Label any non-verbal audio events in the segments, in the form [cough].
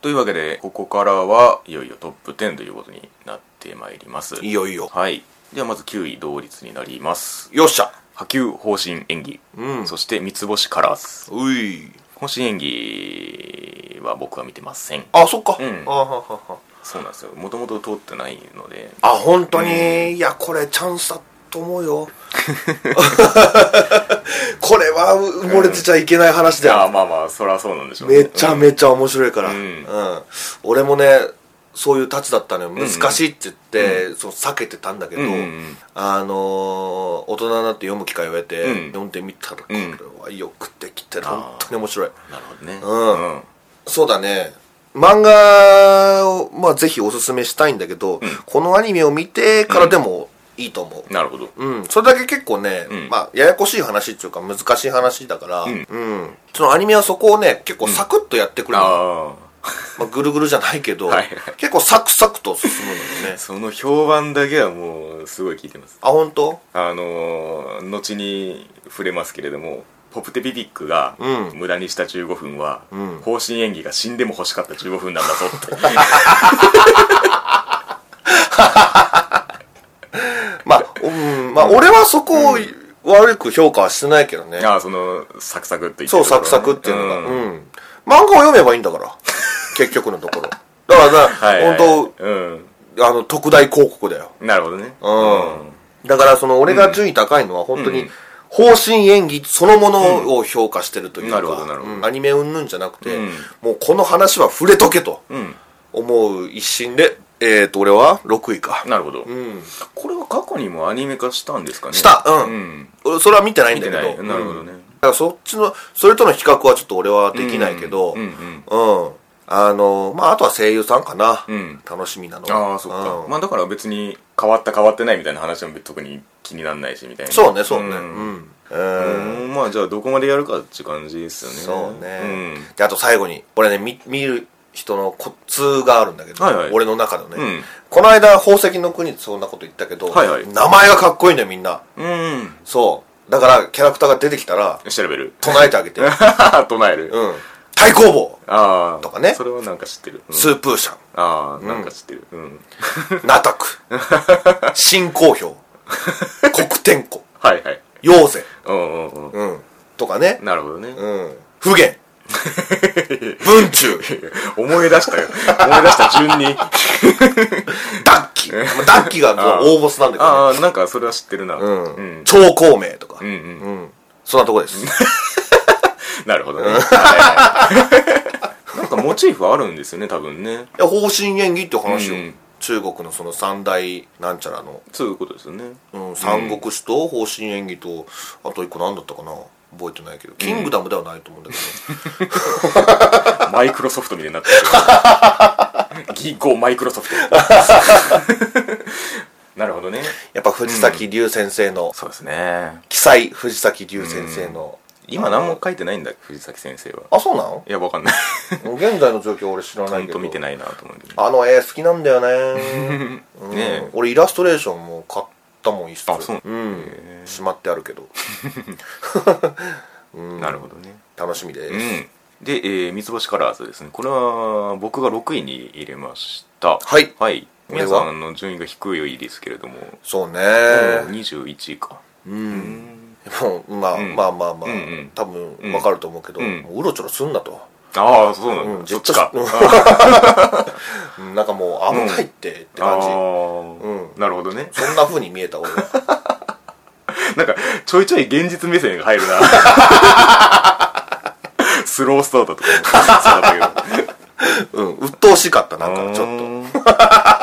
というわけでここからはいよいよトップ10ということになってまいりますいいよいいよはいではまず9位同率になりますよっしゃ波及方針演技、うんそして三つ星カラーズうい方針演技は僕は見てませんあそっか、うんあはははそうなんですよもともと通ってないのであ本当に、いやこれチャンスだと思う [laughs] よこれはう埋もれてちゃいけない話いだよ、やまあまあそりゃそうなんでしょうねめちゃめちゃ面白いから、ううんん俺もねそういうたちだったのよ難しいって言って、そう避けてたんだけど、うんうんうんあのー大人になって読む機会を得て、うん読んでみたらこうれんはよくできてる、あー本当に面白いなるほどねうんそうだね漫画を、まあ、ぜひおすすめしたいんだけど、このアニメを見てからでもいいと思う、なるほどうん、それだけ結構ね、んまあ、ややこしい話っていうか難しい話だから、うんんそのアニメはそこをね結構サクッとやってくれるあの、あまあ、ぐるぐるじゃないけど、はいはい結構サクサクと進むのよね [laughs] その評判だけはもうすごい聞いてますあ本当あのー後に触れますけれどもポプテピピックがう無駄にした15分は、ん方針演技が死んでも欲しかった15分なんだぞって [laughs] まあ、うん、まあ俺はそこを悪く評価はしてないけどね、ああそのサクサクって言ってるそうサクサクっていうのがうん、漫画を読めばいいんだから [laughs] 結局のところだからな、はいはい本うん当あの特大広告だよなるほどねうんだからその俺が順位高いのは本当うにん方針演技そのものを評価してるというか、うんなるほどなるほどうんアニメ云々じゃなくて、うんもうこの話は触れとけとうん思う一心で、えーと俺は6位か、なるほど、うん、これは過去にもアニメ化したんですかねしたうんうん、俺それは見てないん見だてなけどいなるほどね、だからそっちのそれとの比較はちょっと俺はできないけどうんうんうんあのまああとは声優さんかな、うん楽しみなのはああそっか、うんまあだから別に変わった変わってないみたいな話も特に気にならないしみたいなそうねそうねんうん、えうーんまあじゃあどこまでやるかって感じですよねそうね、であと最後に俺ね見見る人のコツがあるんだけど、はいはい俺の中のね、うんこの間宝石の国ってそんなこと言ったけど、はいはい名前がかっこいいんだよみんなうん、そうだからキャラクターが出てきたらうん、調べる唱えてあげてうん [laughs] 唱える、対抗棒ああとかねそれはなんか知ってる、うんスープーシャンああなんか知ってるうん、ナ [laughs] タク新公表黒天子はいはい妖精、うんうんううん、とかねんなるほどね、うん不言 [laughs] 文中思い出したよ思い出した順 [laughs] にダッキーダッキーがもう大ボスなんだけどね、ああなんかそれは知ってるなううんうん超孔明とか、うんうんうんそんなとこです。なるほどね。はいはい [laughs] なんかモチーフあるんですよね、多分ね。いや方針演技って話を、うん中国のその三大なんちゃらの、そういうことですよね。うん、三国志と方針演技とあと一個何だったかな覚えてないけどキングダムではないと思うんだけど、マイクロソフトみたいになってる。ギゴマイクロ [laughs] ソフト。なるほどね。やっぱ藤崎龍先生の、そうですね。記載藤崎龍先生の、今何も書いてないんだ、藤崎先生は。あそうなのいや、わかんない。現在の状況俺知らちゃないんけとど見てないなと思うんで。あの絵好きなんだ [laughs] よねうねんえ俺イラストレーションも買ったもん一冊あそううんしまってあるけどなるほどね。楽しみです、うん。で、えー、三つ星カラーズですね。これは僕が6位に入れました。はいはい。俺皆はさんの順位が低いですけれども、そうね、 21位か。うん。もうまあ、んまあまあまあ、うんうん多分わかると思うけど、うんもううろちょろすんなと、ああそうなんだ、うんそっちかうんうんなんかもう危ないって、って感じあそーなるほどねんな風に見えた俺は [laughs] なんかちょいちょい現実目線が入る [laughs] なスロースタートとかもそうだったけうん鬱陶しかったなんどかちょっと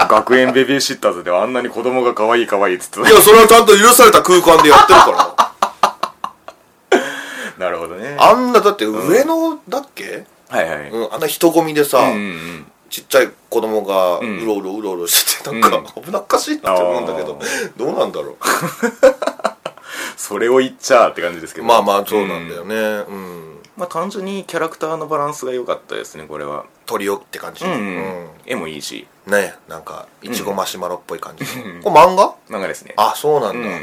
と学園ベビーシッターズではあんなに子供が可愛い可愛いっつって [laughs] いやそれはちゃんと許された空間でやってる [laughs] からたなるほどねあんなだって上野だっけ、はいはい、うんあんな人混みでさ、うんうんちっちゃい子供がんうろうろうろうろしてなんか危なっかしいって思うんだけど、あどうなんだろそれを言っちゃあって感じですけうどまあまあそうなんだよねうん、まあ単純にキャラクターのバランスが良かったですねこれは鳥よって感じ、うん絵もいいしねなんかいちごマシュマロっぽい感じ、これ漫画漫画ですねあそうなんうだん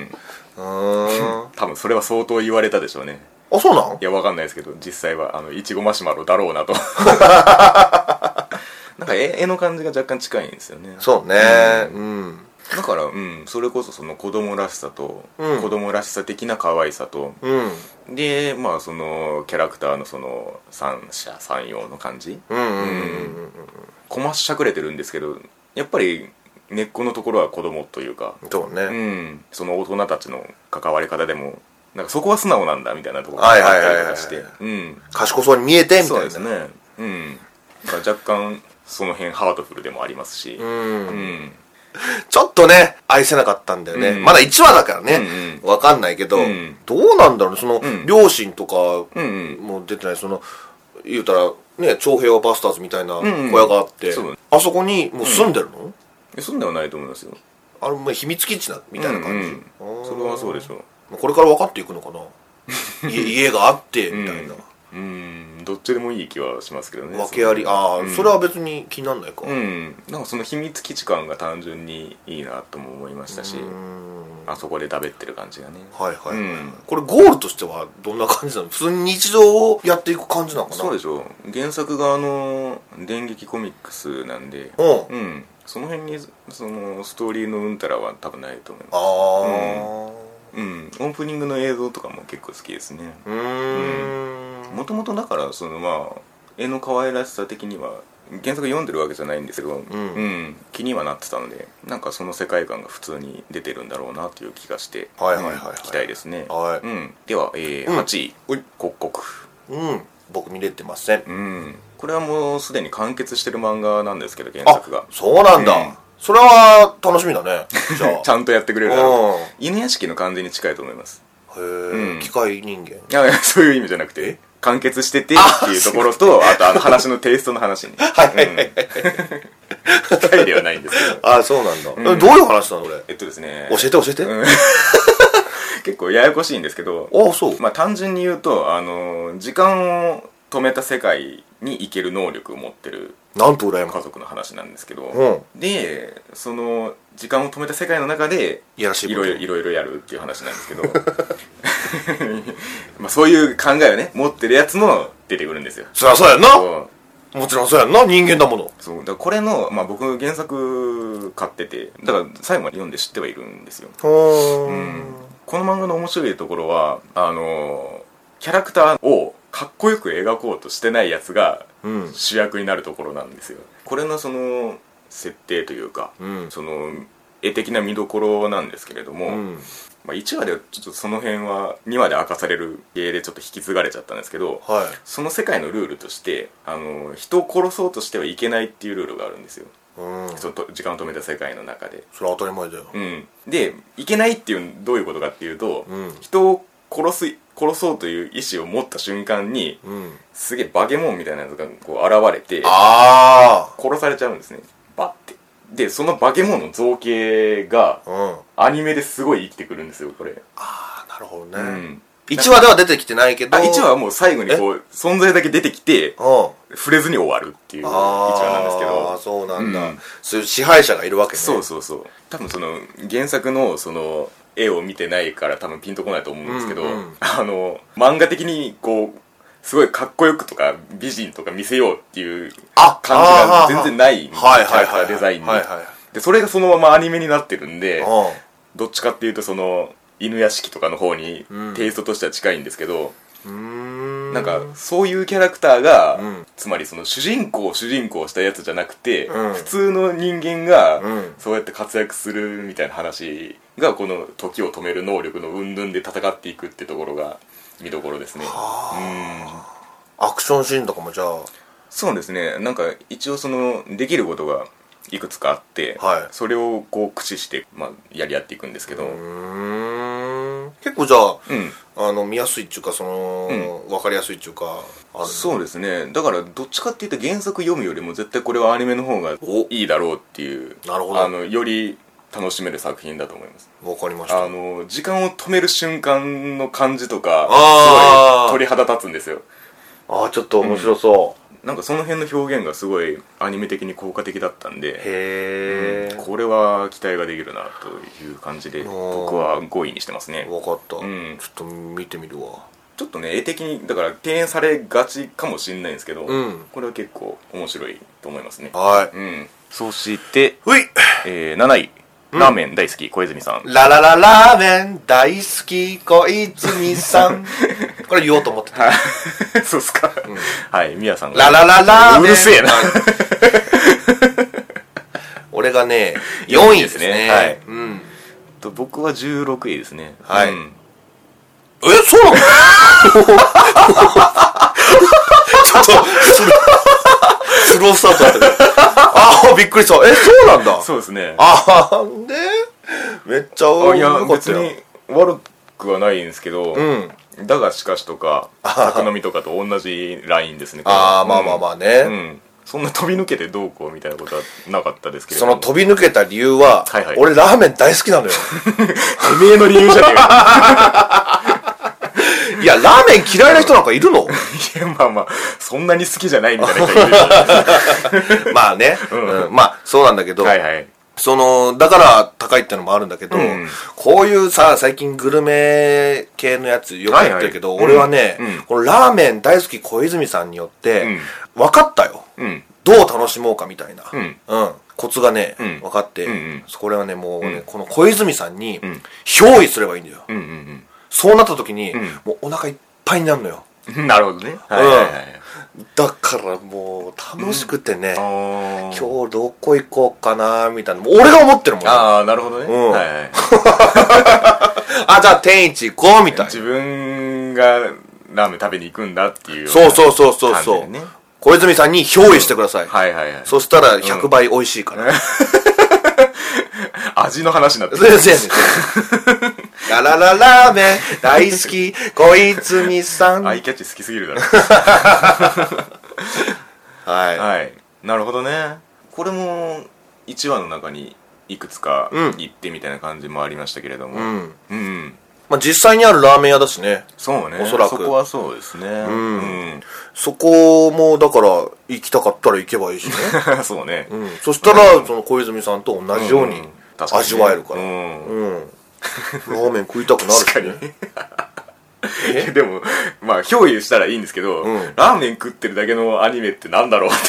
うーん多分それは相当言われたでしょうねあそうなんい [laughs] や、わかんないですけど、実際は、あの、いちごマシュマロだろうなと。絵絵の感じが若干近いんですよねそうねうんだから、うん、それこそその子供らしさと、うん子供らしさ的な可愛さとうんでまあそのキャラクターのその三者三様の感じうんうんうんうんこましゃくれてるんですけどやっぱり根っこのところは子供というか、うんそううねん、その大人たちの関わり方でもなんかそこは素直なんだみたいなところはいあはっいたはいりはいとかしてうん賢そうに見えてみそうたでいなすねうんだから若干その辺ハートフルでもありますし、うんうんちょっとね、愛せなかったんだよね。うんまだ1話だからね、うわかんないけど、うんどうなんだろうね、その、ん両親とかうんうんも出てない、その、言うたら、ね、長平和バスターズみたいな小んうん屋があって、そうあそこにもう住んでるの、えそんではないと思いますよあれ、もう秘密基地な、みたいな感じ。うんうんそれはそうでしょこれから分かっていくのか [laughs] な家家があって、みたいな。ううんどっちでもいい気はしますけどね訳あり。ああ、うんそれは別に気になんないか。うんなんかその秘密基地感が単純にいいなとも思いましたし、うんあそこでだべってる感じがねはいはいはい、はいうんこれゴールとしてはどんな感じなの普通に日常をやっていく感じなのかなそうでしょ原作があの電撃コミックスなんでうんうんその辺にそのストーリーのうんたらは多分ないと思いますあうんオープニングの映像とかも結構好きですねーうーんもともとだからそのまあ絵の可愛らしさ的には原作読んでるわけじゃないんですけど、んうん気にはなってたのでなんかその世界観が普通に出てるんだろうなという気がしてはいはいはいはいうん期待ですね、はいうん、では、えーうん8位「刻々」うん僕見れてませんうん、これはもうすでに完結してる漫画なんですけど原作がそうなんだ、うんそれは楽しみ [laughs] だねじゃあちゃんとやってくれるだろうんう犬屋敷の感じに近いと思いますへえ、うん機械人間いやいやそういう意味じゃなくて完結しててっていうところとあとあの話のテイストの話 [laughs] にうん機械ではないんですけどああそうなんだ、えどういう話なの俺えっとですね教えて教えて、うん [laughs] 結構ややこしいんですけどああそう、まあ単純に言うとあの時間を止めた世界に行ける能力を持ってるなんと羨まし家い族の話なんですけど、うでその時間を止めた世界の中でいやらしいいことろいろいろいろやるっていう話なんですけど [laughs] まあそういう考えをね持ってるやつも出てくるんですよそりゃそうやんなそうもちろんそうやんな人間だものそうだからこれの、まあ、僕原作買っててだから最後まで読んで知ってはいるんですよほーこの漫画の面白いところはあのキャラクターをかっこよく描こうとしてないやつがうん主役になるところなんですよこれのその設定というか、うんその絵的な見どころなんですけれども、うんまあ、1話ではちょっとその辺は2話で明かされる系でちょっと引き継がれちゃったんですけど、はいその世界のルールとしてあの人を殺そうとしてはいけないっていうルールがあるんですよ、うんそのと時間を止めた世界の中でそれは当たり前だようん、でいけないっていうどういうことかっていうと、うん人を殺す殺そうという意思を持った瞬間にうんすげえバケモンみたいなやつがこう現れてあ殺されちゃうんですねバッてでそのバケモンの造形があうんアニメですごい生きてくるんですよこれ、ああなるほどね、うん、 1話では出てきてないけどあ1話はもう最後にこう存在だけ出てきてうん触れずに終わるっていう1あ話なんですけあどーそうなんだ、うんそういう支配者がいるわけねそうそうそう多分その原作のその絵を見てないから多分ピンとこないと思うんですけど、うんうんあの漫画的にこうすごいかっこよくとか美人とか見せようっていうあ感じが全然ないんですよはいはいはいはキャラクいターデザインにはいはいでそれがそのままアニメになってるんではいどっちかっていうとその犬屋敷とかの方にうんテイストとしては近いんですけど、うんうーなんかそういうキャラクターが、うんつまりその主人公を主人公したやつじゃなくて、うん普通の人間がうんそうやって活躍するみたいな話がこの時を止める能力の云々で戦っていくってところが見どころですね。うんアクションシーンとかもじゃあそうですねなんか一応そのできることがいくつかあって、はいそれをこう駆使して、まあ、やり合っていくんですけど、うーん結構じゃあ、うんあの見やすいっていうかその、わかりやすいっていうかあるそうですねだからどっちかって言って原作読むよりも絶対これはアニメの方がおいいだろうっていうなるほどあのより楽しめる作品だと思いますわかりましたあの時間を止める瞬間の感じとかあーすごい鳥肌立つんですよああちょっと面白そう、なんかその辺の表現がすごいアニメ的に効果的だったんでへえ、これは期待ができるなという感じでー僕は5位にしてますねわかった、うんちょっと見てみるわちちょっとね絵的にだから敬遠されがちかもしれないんですけど、うんこれは結構面白いと思いますねはい。うんそして、ほいえー7位ラーメン大好き小泉さん、 [laughs] ララララーメン大好き小泉さ [laughs] ん。これ言おうと思ってた。そうっすか、はいみやさんララララーメン。うるせえな。俺がね、4四位位でですすね。ねはいうん。と僕は16位ですねはいうんえ、そうなの [laughs] ちょっと、スロースロースタートだったけど。ああ、びっくりした。え、そうなんだ。そうですねああ、で、めっちゃあ多いかやった別よ。に悪くはないんですけど、うん。だがしかしとか作飲みとかと同じラインですねああ、まあまあまああうん、ね。そんな飛び抜けてどうこうみたいなことはなかったですけれそどもの飛び抜けた理由ははいは、い俺ラーメン大好きなのよ。てめえの理由じゃねえかいや、ラーメン嫌いな人なんかい [laughs] るの [laughs] いやまあまあそんなに好きじゃないみたいな人いるよねまあね。うんまあ、そうなんだけど、はいはいその、だから高いってのもあるんだけど、うんこういうさ、最近グルメ系のやつよくやってるけど、はいはい俺はね、うんうんこのラーメン大好き小泉さんによって、分かったよ。うんどう楽しもうかみたいな、うんコツがね、うん分かって、うんうんそこれはね、もうね、うんこの小泉さんにん、憑依すればいいんだよ。うんうんそうなった時に、んもうお腹いっぱいになるのよ。うん [laughs] なるほどねはいはいはいだからもう、楽しくてね、あー今日どこ行こうかなみたいなもう俺が思ってるもんああーなるほどね、うんはいはいじゃあ天一行こうみたいな自分がラーメン食べに行くんだっていうそうそうそうそう感じそう、でね小泉さんに憑依してください、はいはいはいそしたら100倍美味しいから、 [laughs] 味の話にな [laughs] ってそうですねララララーメン大好き小泉さんアはイい、キャッチ好きすぎるだろはい、はいなるほどねこれも1話の中にいくつかうん行ってみたいな感じもありましたけれどもううんんうんまあ、実際にあるラーメン屋だしねそうねおそらく、そこはそうですねうんそこもだから行きたかったら行けばいい [laughs] しね、うんそうねうん、そしたらその小泉さんと同じようにうん確かにね味わえるから、うんうん。ラーメン食いたくなる確かしねに [laughs] でもまあ憑依したらいいんですけど、うんラーメン食ってるだけのアニメってなんだろうって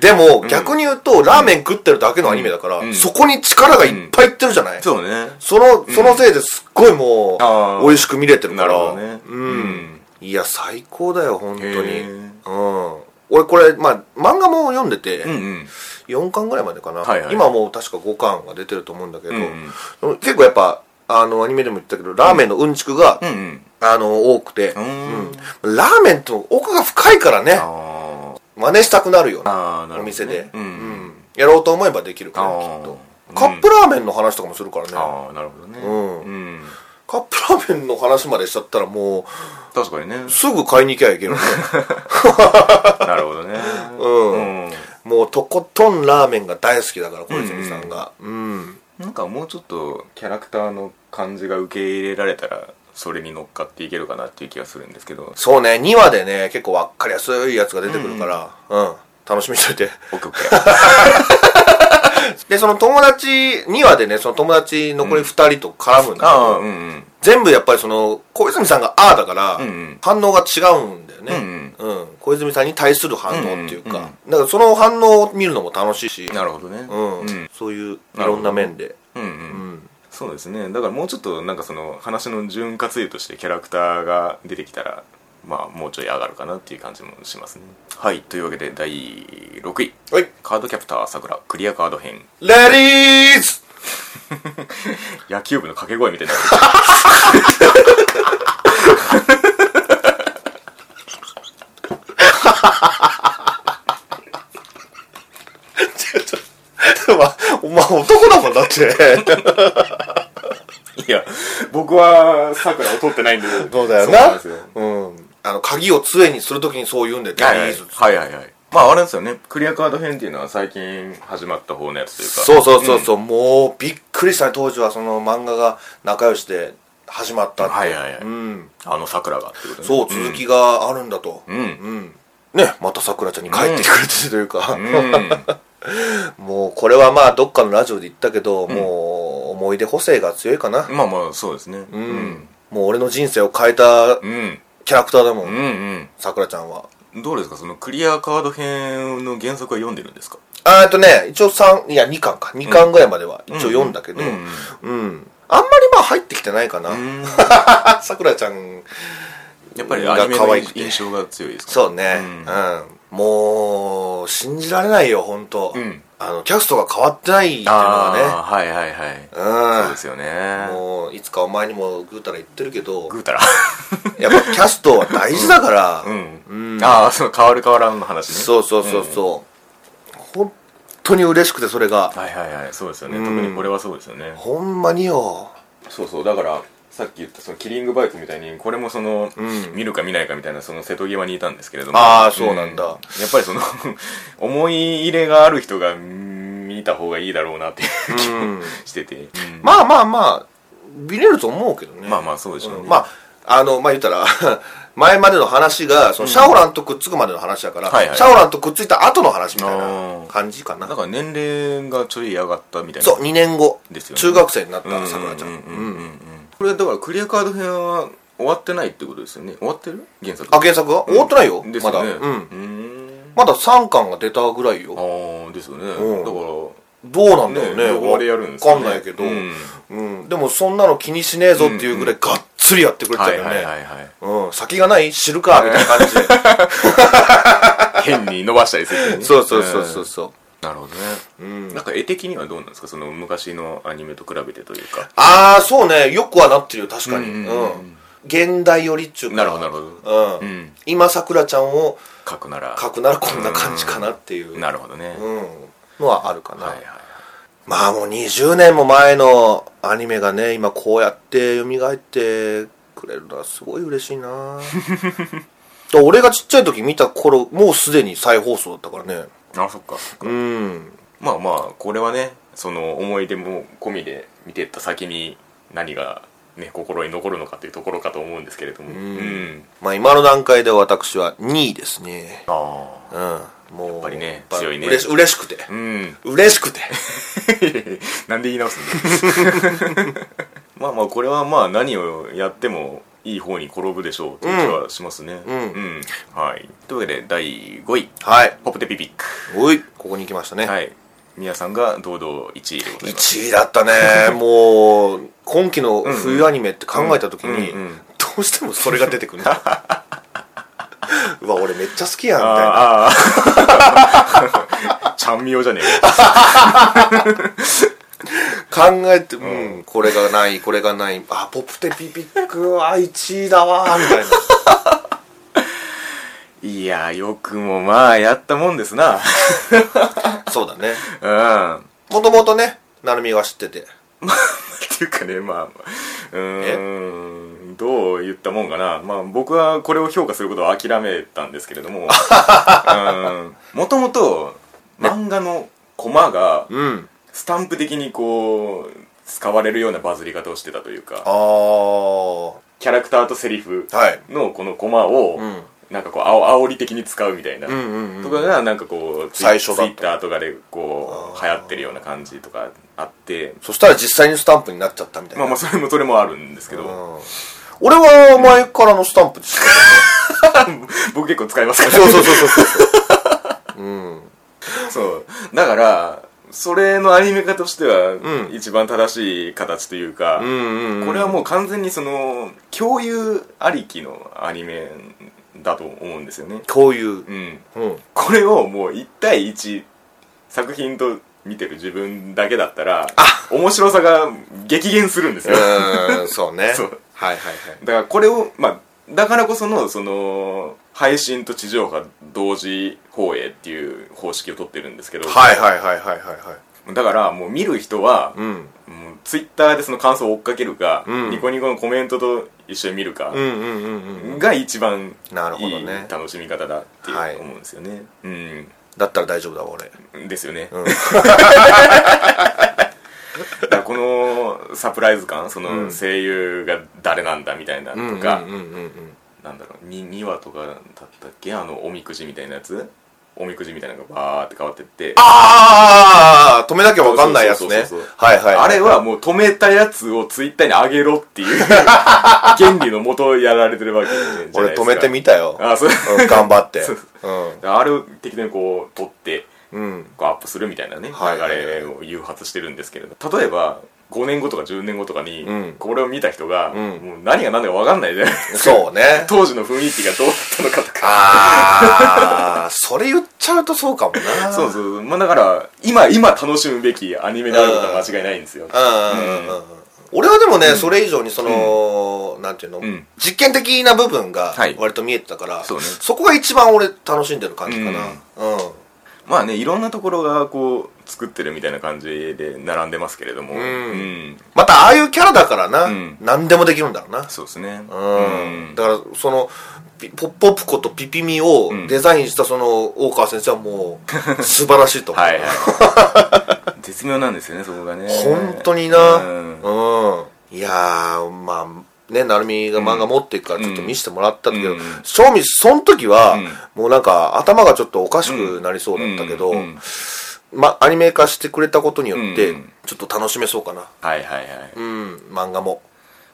でも、逆に言うと、ラーメン食ってるだけのアニメだから、うんそこに力がいっぱいいってるじゃない、そうねその、そのせいですっごいもあう、ー美味しく見れてるから。なるほどねううんん。いや、最高だよ、本当に。うへんー。俺これ、まあ、漫画も読んでて、うんうん4巻ぐらいまでかな、はいはい今もう確か5巻が出てると思うんだけど、うんうんその結構やっぱ、あの、アニメでも言ったけど、ラーメンのうんちくが、うんうんあの、多くて、うーんラーメンと奥が深いからね、あー真似したくなるよな。あーなるほどねお店で、うんうんやろうと思えばできるからあきーっとうんカップラーメンの話とかもするからねああなるほどねうんうんカップラーメンの話までしちゃったらも確かにねうすぐ買いに行きゃい [laughs] けないねなるほどねんうんもうとことんラーメンが大好きだから小泉さんがうん、なんかもうちょっとキャラクターの感じが受け入れられたらそれに乗っかっていけるかなっていう気がするんですけどそうね2話でね結構わかりやすいやつが出てくるからうん、楽しみにしといてオッケーオッケでその友達2話でねその友達残り2人と絡むんーだけど、 [laughs] ああうんうん全部やっぱりその小泉さんが「ああ」だから、うんうん反応が違うんだよね、うん小泉さんに対する反応っていううんうんか、だからその反応を見るのも楽しいし、なるほどねううんうんうんそういういろんな面でうんうんそうですねだからもうちょっとなんかその話の潤滑油としてキャラクターが出てきたらまあもうちょい上がるかなっていう感じもしますねはいというわけで第6位はいカードキャプターさくらクリアカード編レディース野球部の掛け声みたいになお前男だもんだって [laughs] って [laughs] るいや僕はさくらを取ってないんでそうだなよんなですようんあの鍵を杖にするときにそう言うんだよ、はいレはデいィースはいはいはいまああれですよねクリアカード編っていうのは最近始まった方のやつというかそうそうそうそう、もうびっくりしたね当時はその漫画が仲良しで始まったって、はいはいはいうん、あのさくらがってことねそう続きがあるんだと、うんうんね、また桜ちゃんに帰ってくれてる [laughs] というか、うんもうこれはまあどっかのラジオで言ったけど、もう思い出補正が強いかな、まあまあそうですねううんんもう俺の人生を変えたうんキャラクターだもうんんさくらちゃんはうんどうですかそのクリアカード編の原作は読んでるんですかあーっとね一応3いや2巻か2巻ぐらいまでは一応読んだけどううんん、あんまりまあ入ってきてないかな、うんうんあさくらちゃんやっぱりアニメが可の愛くて印象が強いですかそうねうんうん、もう信じられないよ本当、うんあのキャストが変わってないっていうのあがあはいはいはいそうでねすようんねもういつかお前にもぐうたら言ってるけどグータラやっぱキャストは大事だから、うんああその変わる変わらんの話ねそうそうそうそう、本当に嬉しくてそれがはいはいはいそうですよねん特にこれはそうですよねほんまによそうそうだからさっき言ったそのキリングバイクみたいにこれもその、ん見るか見ないかみたいなその瀬戸際にいたんですけれどもあーそうなんだやっぱりその [laughs] 思い入れがある人がうん見た方がいいだろうなっていう気もうんしてて、うんまあまあまあ見れると思うけどねまあまあそうでしょうね、うんまああのまあ言ったら [laughs] 前までの話がそのシャオランとくっつくまでの話だから、はいはいシャオランとくっついた後の話みたいな感じかなだから年齢がちょい上がったみたいなそう2年後ですよね中学生になっうんうんうんたさくらちゃんうんうんうんうんこれだからクリアカード編は終わってないってことですよね終わってる原作あ原作は終わってないよですまよねだうんうんまだ3巻が出たぐらいあよあですよね、うんだからどうなんだろうねねどこまでやるんですかねわかんないけどうんうんでもそんなの気にしねえぞっていうぐらいがっつりやってくれてたよはいはいはねいはいうん先がない知るかみたいな感じで [laughs] 変に伸ばしたりする、ね、そうそうそうそうそうなるほどね、んなんか絵的にはどうなんですかその昔のアニメと比べてというかああそうねよくはなってるよ確かにうんうんうんうん現代よりっちゅうかなるほどなるほどどううんん今さくらちゃんを描くなら描くならこんな感じかなっていうなるほどね、うんのはあるかなはいはいはまあもう20年も前のアニメがね今こうやって蘇ってくれるのはすごい嬉しい [laughs] なだ俺がちっちゃい時見た頃もうすでに再放送だったからねいあそっかうんまあまあこれはねその思い出も込みで見てった先に何がね心に残るのかというところかと思うんですけれどもうん、まあ今の段階で私は2位ですねああうんもうやっぱりね強いね嬉し嬉しくてうん嬉し [laughs] くてなんで言い直すん [laughs] だよまあまあこれはまあ何をやってもいい方に転ぶでしょうという気はしますねうんはいというわけで第5位はいポップテピピックおいここに来ましたね、はい宮さんが堂々1位でございます1位だった [laughs] ねもう今期の冬アニメって考えた時に、うんうんうんどうしてもそれが出て [laughs] くるんだうわ俺めっちゃ好きやんみたいなああ [laughs] ちゃんみよじゃねえか考えて、うん、これがないこれがないあポプテピピックは1位だわみたい [laughs] ないやよくもまあやったもんですなそうだねうんっもともとね成海は知っててていうかねまあうーんどう言ったもんかなまあ僕はこれを評価することは諦めたんですけれどももともと漫画のコマがうんスタンプ的にこう使われるようなバズり方をしてたというあかあはキャラクターとセリフいのこのコマをんなんかこうあお煽り的に使うみたいな、うんうんうとんかがなんかこうツイ最初ツだったイッターとかでこう流行ってるような感じとかあってそしたら実際にスタンプになっちゃったみたいまな、あまあそれもそれもあるんですけどうん俺は前からのスタンプでした僕結構使いますからそうそうそうそ [laughs] うそう。うん。そうだからそれのアニメ化としてはうん一番正しい形というか、んこれはもう完全にその共有ありきのアニメだと思うんですよね、こういう。うん、うん。これをもう1対1作品と見てる自分だけだったら面白さが激減するんですようん、そうね。そうはいはいだからこれをまあだからこそのその配信と地上波同時放映っていう方式を取ってるんですけど、はい。はいはいはいはいはいはい。だからもう見る人は、うん。もうツイッターでその感想を追っかけるか、うんニコニコのコメントと一緒に見るかうんうんうんうん。が一番なるほいどいね楽しみ方だってはい思うんですよね、だったら大丈夫だわ、俺。うんですよね、 [laughs] うんだからこのサプライズ感その声優が誰なんだみたいなとうん。か、うんうんうんうん。なんだろう 2, 話とかだったっけあのおみくじみたいなやつおみくじみたいなのがバーって変わってってああ止めなきゃわかんないやつそねうそうそうそう。はいはい。あれはもう止めたやつをツイッターに上げろっていう [laughs] 原理のもとやられてるわけじゃないですか俺止めてみたよ。あそううん頑張っ [laughs] て。そううあれを適当にこう取ってん。うん。こうアップするみたいなね、はいはいはい流れを誘発してるんですけれど例えば5年後とか10年後とかに、うんこれを見た人が、んもう何が何だか分かんないじゃないですかそう [laughs] ね。当時の雰囲気がどうだったのかとかああ、それ言っちゃうとそうかもな。そうそうそう、まあ、だから今今楽しむべきアニメであることは間違いないんですようんうんうんうん俺はでもね、それ以上にその、なんていうの、ん実験的な部分がはい割と見えてたから、そうねこが一番俺楽しんでる感じかな。うん。まあねいろんなところがこう作ってるみたいな感じで並んでますけれどもうん、またああいうキャラだからな、うん何でもできるんだろうな。そうですねうんだからそのピポッポプコとピピミをんデザインしたその大川先生はもう素晴らしいと思う、はいはい [laughs] 絶妙なんですよねそこがね本当になううんん、いやーまあね成海が漫画持っていくからちょっと見せてもらったんだけど、うん正味その時は、もうなんか頭がちょっとおかしくなりそうだったけど、うんうんま、アニメ化してくれたことによって、うんちょっと楽しめそうかなはいはいはいうん漫画も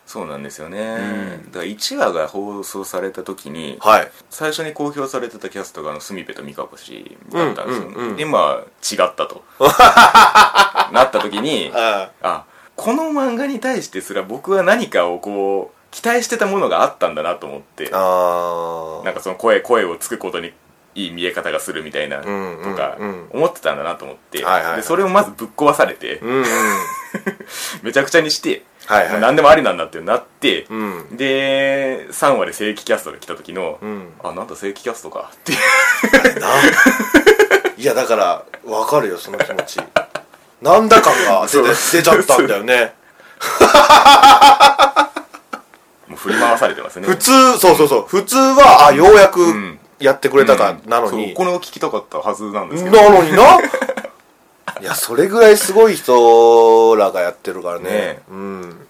そうなんですよね、だから1話が放送された時にはい最初に公表されてたキャストがあのスミペとミカコ氏だったんですよ、うんうんうん今違った [laughs] となった時にああこの漫画に対してすら僕は何かをこう期待してたものがあったんだなと思ってあなんかその声声をつくことにいい見え方がするみたいなとんうんかうん思ってたんだなと思って、はいはいはいでそれをまずぶっ壊されて、うんうんめちゃくちゃにして、はいはいまあ何でもありなんだってなって、うんで3話で正規キャストが来た時の、んあなんだ正規キャストかっていうないやだから分かるよその気持ちなんだかが出て出ちゃったんだよねもう振り回されてますね [laughs] 普通そうそうそう普通はあようやくんやってくれたか、なのそうにこれを聞きたかったはずなんですけどなのに [laughs] ないやそれぐらいすごい人らがやってるからねねうん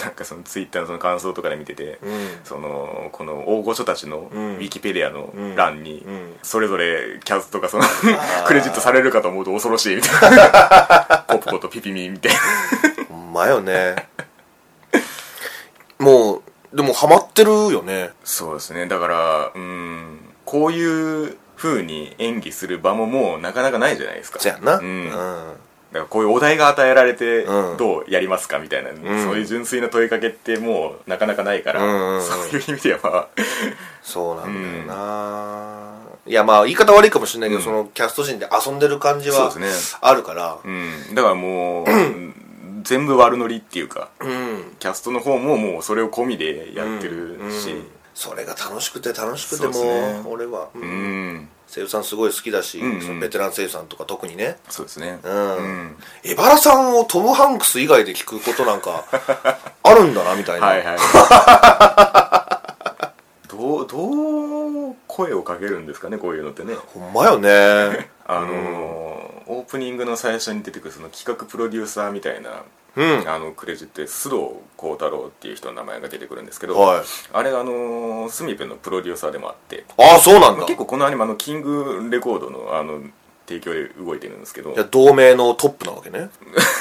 なんかそのツイッターのその感想とかで見てて、んそのこの大御所たちのウんィキペディアの欄に、んそれぞれキャストがその [laughs] クレジットされるかと思うと恐ろしいみたい [laughs] なポップコとピピミみたいなほんまよねもうでもハマってるよねそうですねだからうんこういう風に演技する場ももうなかなかないじゃないですかそやなうん、だかうんらこういうお題が与えられてうんどうやりますかみたいな、そういう純粋な問いかけってもうなかなかないから、うんうんうんそういう意味ではまあそうなんだよな、いやまあ言い方悪いかもしれないけど、そのキャスト陣で遊んでる感じはそうですあるからう,、うん、だからも [clears throat] う、全部悪ノリっていうかんキャストの方ももうそれを込みでやってるしそれが楽しくて楽しくてもうそうですね俺は、うんうん、声優さんすごい好きだし、んうんそのベテラン声優さんとか特にねそうですねうん、んエバラさんをトム・ハンクス以外で聞くことなん [laughs] かあるんだなみたいな、はいはい [laughs] どうどう声をかけるんですかねこういうのってねほんま [laughs] よねあのーオープニングの最初に出てくるその企画プロデューサーみたいな、うんあのクレジットで須藤幸太郎っていう人の名前が出てくるんですけど、はいあれがあのースミペのプロデューサーでもあってああそうなんだ結構このアニメあのキングレコードのあの提供で動いてるんですけどいや同盟のトップなわけね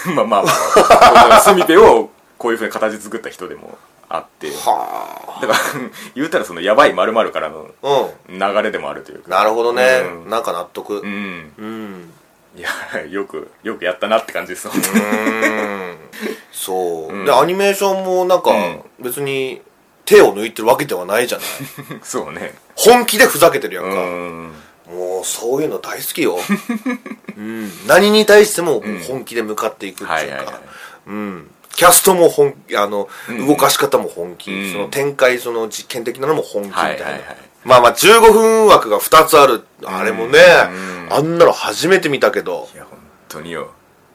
[laughs] まあまあまあ [laughs] この全てをこういうふうに形作った人でもあってはだから [laughs] 言うたらそのやばい〇〇からのあう流れでもあるというかんなるほどね、うんなんか納得う、んうんいや [laughs] よくよくやったなって感じです本当にそう、うんでアニメーションもなんかう別に手を抜いてるわけではないじゃ [laughs] ないそうね本気でふざけてるやんうか、んもうそういうの大好 [laughs] きよ、うん、何に対してももう本気で向かっていくってはいいうはいかはうんキャストも本あの、ん動かし方も本気、うんその展開その実験的なのも本気みたいな、はいはいはいまあまあ15分枠が2つあるあれもね、うんあんなの初めて見たけどいいや本当によ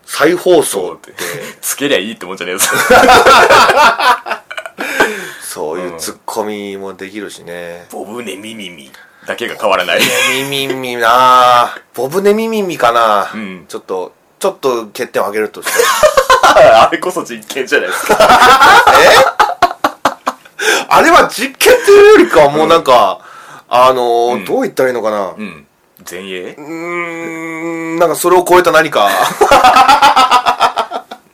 再放そ送うっっててつけりゃいいってもんじゃねえぞそういうツッコミもできるしね、 [laughs] ボブネミミミ [laughs] だけが変わらないミミミなあボブネミミミかな、うんちょっと、ちょっと欠点を上げるとして。 [laughs] [laughs] あれこそ実験じゃないですかあれは実験というよりかはもうなんか、あのーどう言ったらいいのかうな、ん前衛うーん、なんかそれを超えた何か。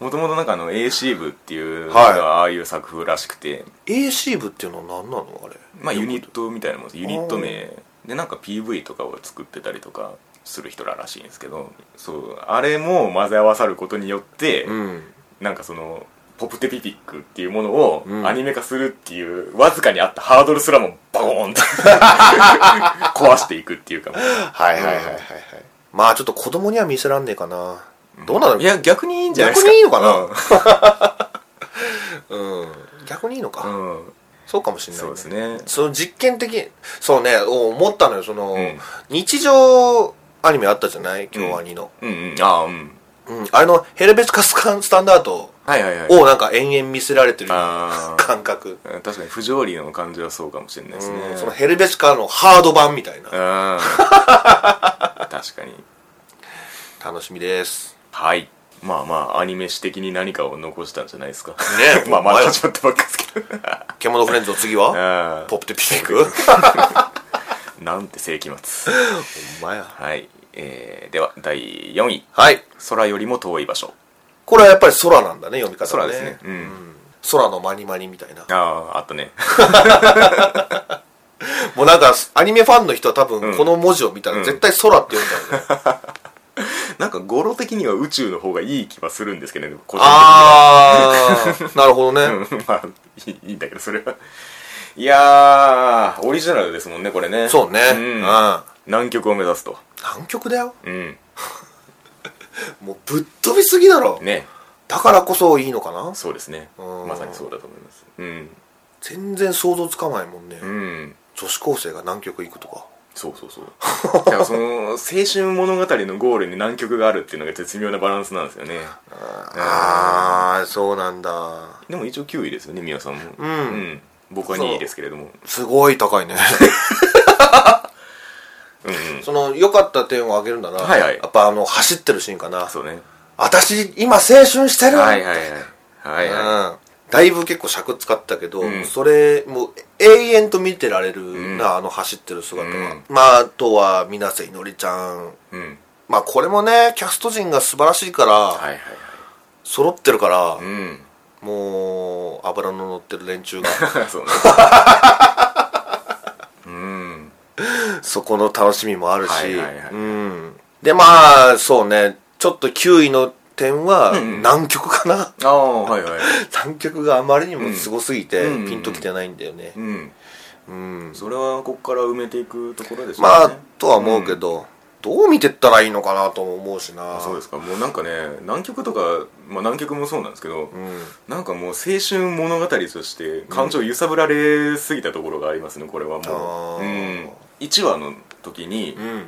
もともとなんかあの AC 部っていうのがああいう作風らしくて、 AC 部っていうのは何なのあれ。まあユニットみたいなもんですユニット名でなんか PV とかを作ってたりとかする人ららしいんですけどそうあれも混ぜ合わさることによって、うん。なんかそのポプテピピックっていうものをうんアニメ化するっていう、わずかにあったハードルすらもバコーンと [laughs] 壊していくっていうかもうはいはいはいはいはい。まあちょっと子供には見せらんねえかな。どうなのいや逆にいいんじゃないですか逆にいいのかなうん。逆にいいのか。うん、うんそうかもしれない、そうです。ねその実験的、そうね、お思ったのよ、その、うん日常アニメあったじゃない今日アニの。うんうんああうんうん。あれのヘルベスカスカンスタンダードはいはいはいをなんか延々見せられてるあー感覚。確かに不条理の感じはそうかもしれないですね、うんそのヘルベスカのハード版みたいな。うん確かに楽しみです。はいまあまあアニメ史的に何かを残したんじゃないですかねえ [laughs] まあまおだ前は始まったばっかです [laughs] けど獣フレンズの次はあポップテピピクあなんて世紀末ほんまや。はい、えー、では第4位はい。空よりも遠い場所これはやっぱり空なんだね、読み方空がね。ですねうん、空のマニマニみたいな。あああったね [laughs] もうなんか、アニメファンの人は多ん分この文字を見たら絶対空って読んじゃ [laughs] うね。なんか語呂的には宇宙の方がいい気はするんですけどね個人的にはあー、なるほどね。うん [laughs] まあいいいいんだけどそれはいやーオリジナルですもんねこれねそうね。うんん。南南極を目指すと極だよ。うんもうぶっ飛びすぎだろ。ねだからこそいいのかなそうですねうんまさにそうだと思いますうん全然想像つかないもんね。うん女子高生が南極行くとか。そうそうそう [laughs] だからその青春物語のゴールに南極があるっていうのが絶妙なバランスなんですよねあー、そうなんだ。でも一応9位ですよね宮さんもうん僕は2位ですけれどもすごい高 [laughs] いね。うんうんその、良かった点を挙げるなら、はいはいやっぱあの、走ってるシーンかな。 [laughs] そうね私、今青春してるはいはいはいはいはうん。だいぶ結構尺使ったけど、うんそれ、もう、永遠と見てられるな、うあの走ってる姿は。うんまあ、あとは、水瀬いのりちゃん。いうんまあ、これもね、キャスト陣が素晴らしいから、はいはいはい揃ってるから、うん [laughs] もう、油の乗ってる連中が、そうねうんそこの楽しみもあるし、はいはいはいうん。で、まあ、そうね、ちょっと9位の点は、南極かな。ああはいはい南極があまりにもすごすぎて、うんピンときてないんだよね。うんうんそれはここから埋めていくところですまよあね、とは思うけど、どう見てったらいいのかなとも思うしな。。そうですすかもうなんかね南極とか、まあ、南極もそうなんですけど、うん。なんかもう青春物語として感情を揺さぶられすぎたところがありますねこれはもう、あうーん、1話の時にうん。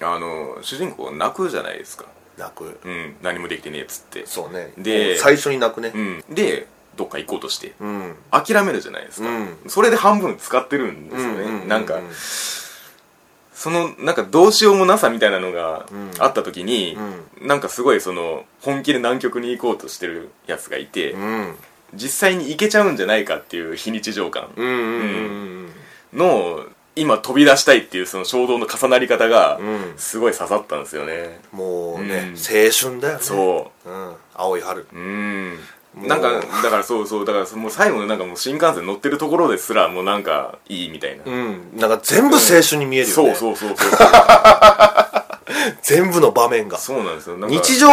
あの主人公泣くじゃないですか、泣く。うん、何もできてねえっつってそうね。で最初に泣くね。うん、でどっか行こうとしてうん。諦めるじゃないですか、うんそれで半分使ってるんですよね、うなんかうそのなんかどうしようもなさみたいなのがんあった時に、うなんかすごいその本気で南極に行こうとしてるやつがいて、うん。実際に行けちゃうんじゃないかっていう非日常感うん。うん。の今飛び出したいっていうその衝動の重なり方がうんすごい刺さったんですよね、もううんね、青春だよね。。そううん。青い春。ううんもうなんかだからそうそうだからもう最後のなんかもう新幹線乗ってるところですらもうなんかいいみたいな、うん。なんか全部青春に見えるよそね。うそうそうそう [laughs] 全部の場面が。そうなんですよなんか日常